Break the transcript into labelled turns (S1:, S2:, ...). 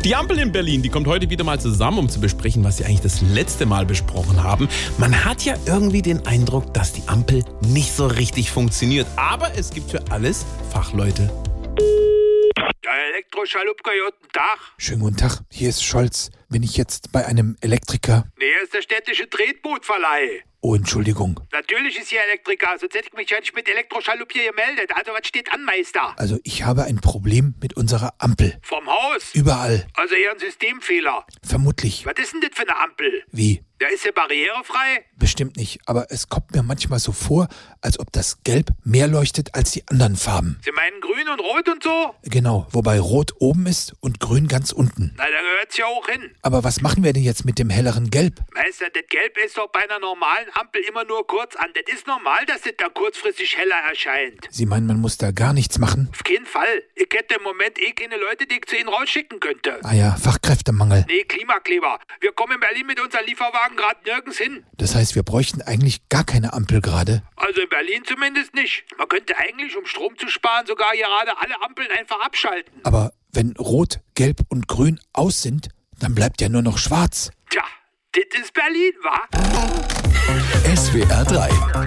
S1: Die Ampel in Berlin, die kommt heute wieder mal zusammen, um zu besprechen, was sie eigentlich das letzte Mal besprochen haben. Man hat ja irgendwie den Eindruck, dass die Ampel nicht so richtig funktioniert. Aber es gibt für alles Fachleute.
S2: Der Elektroschalupka guten Tag.
S3: Schönen guten Tag, hier ist Scholz. Bin ich jetzt bei einem Elektriker?
S2: Nee, hier ist der städtische Tretbootverleih.
S3: Oh, Entschuldigung.
S2: Natürlich ist hier Elektriker, sonst hätte ich mich ja nicht mit Elektroschalup hier gemeldet. Also, was steht an, Meister?
S3: Also ich habe ein Problem mit unserer Ampel.
S2: Vom Haus?
S3: Überall.
S2: Also eher ein Systemfehler.
S3: Vermutlich.
S2: Was ist denn das für eine Ampel?
S3: Wie?
S2: Da ist sie barrierefrei?
S3: Bestimmt nicht. Aber es kommt mir manchmal so vor, als ob das Gelb mehr leuchtet als die anderen Farben.
S2: Sie meinen grün und rot und so?
S3: Genau, wobei Rot oben ist und Grün ganz unten.
S2: Na, da gehört's ja auch hin.
S3: Aber was machen wir denn jetzt mit dem helleren Gelb?
S2: Meister, das Gelb ist doch bei einer normalen Ampel immer nur kurz an. Das ist normal, dass das da kurzfristig heller erscheint.
S3: Sie meinen, man muss da gar nichts machen?
S2: Auf keinen Fall. Ich hätte im Moment eh keine Leute, die ich zu Ihnen rausschicken könnte.
S3: Ah ja, Fachkräftemangel.
S2: Nee, Klimakleber. Wir kommen in Berlin mit unseren Lieferwagen gerade nirgends hin.
S3: Das heißt, wir bräuchten eigentlich gar keine Ampel gerade.
S2: Also in Berlin zumindest nicht. Man könnte eigentlich, um Strom zu sparen, sogar gerade alle Ampeln einfach abschalten.
S3: Aber wenn Rot, Gelb und Grün aus sind, dann bleibt ja nur noch Schwarz.
S2: Tja, das ist Berlin, wa?
S4: SWR 3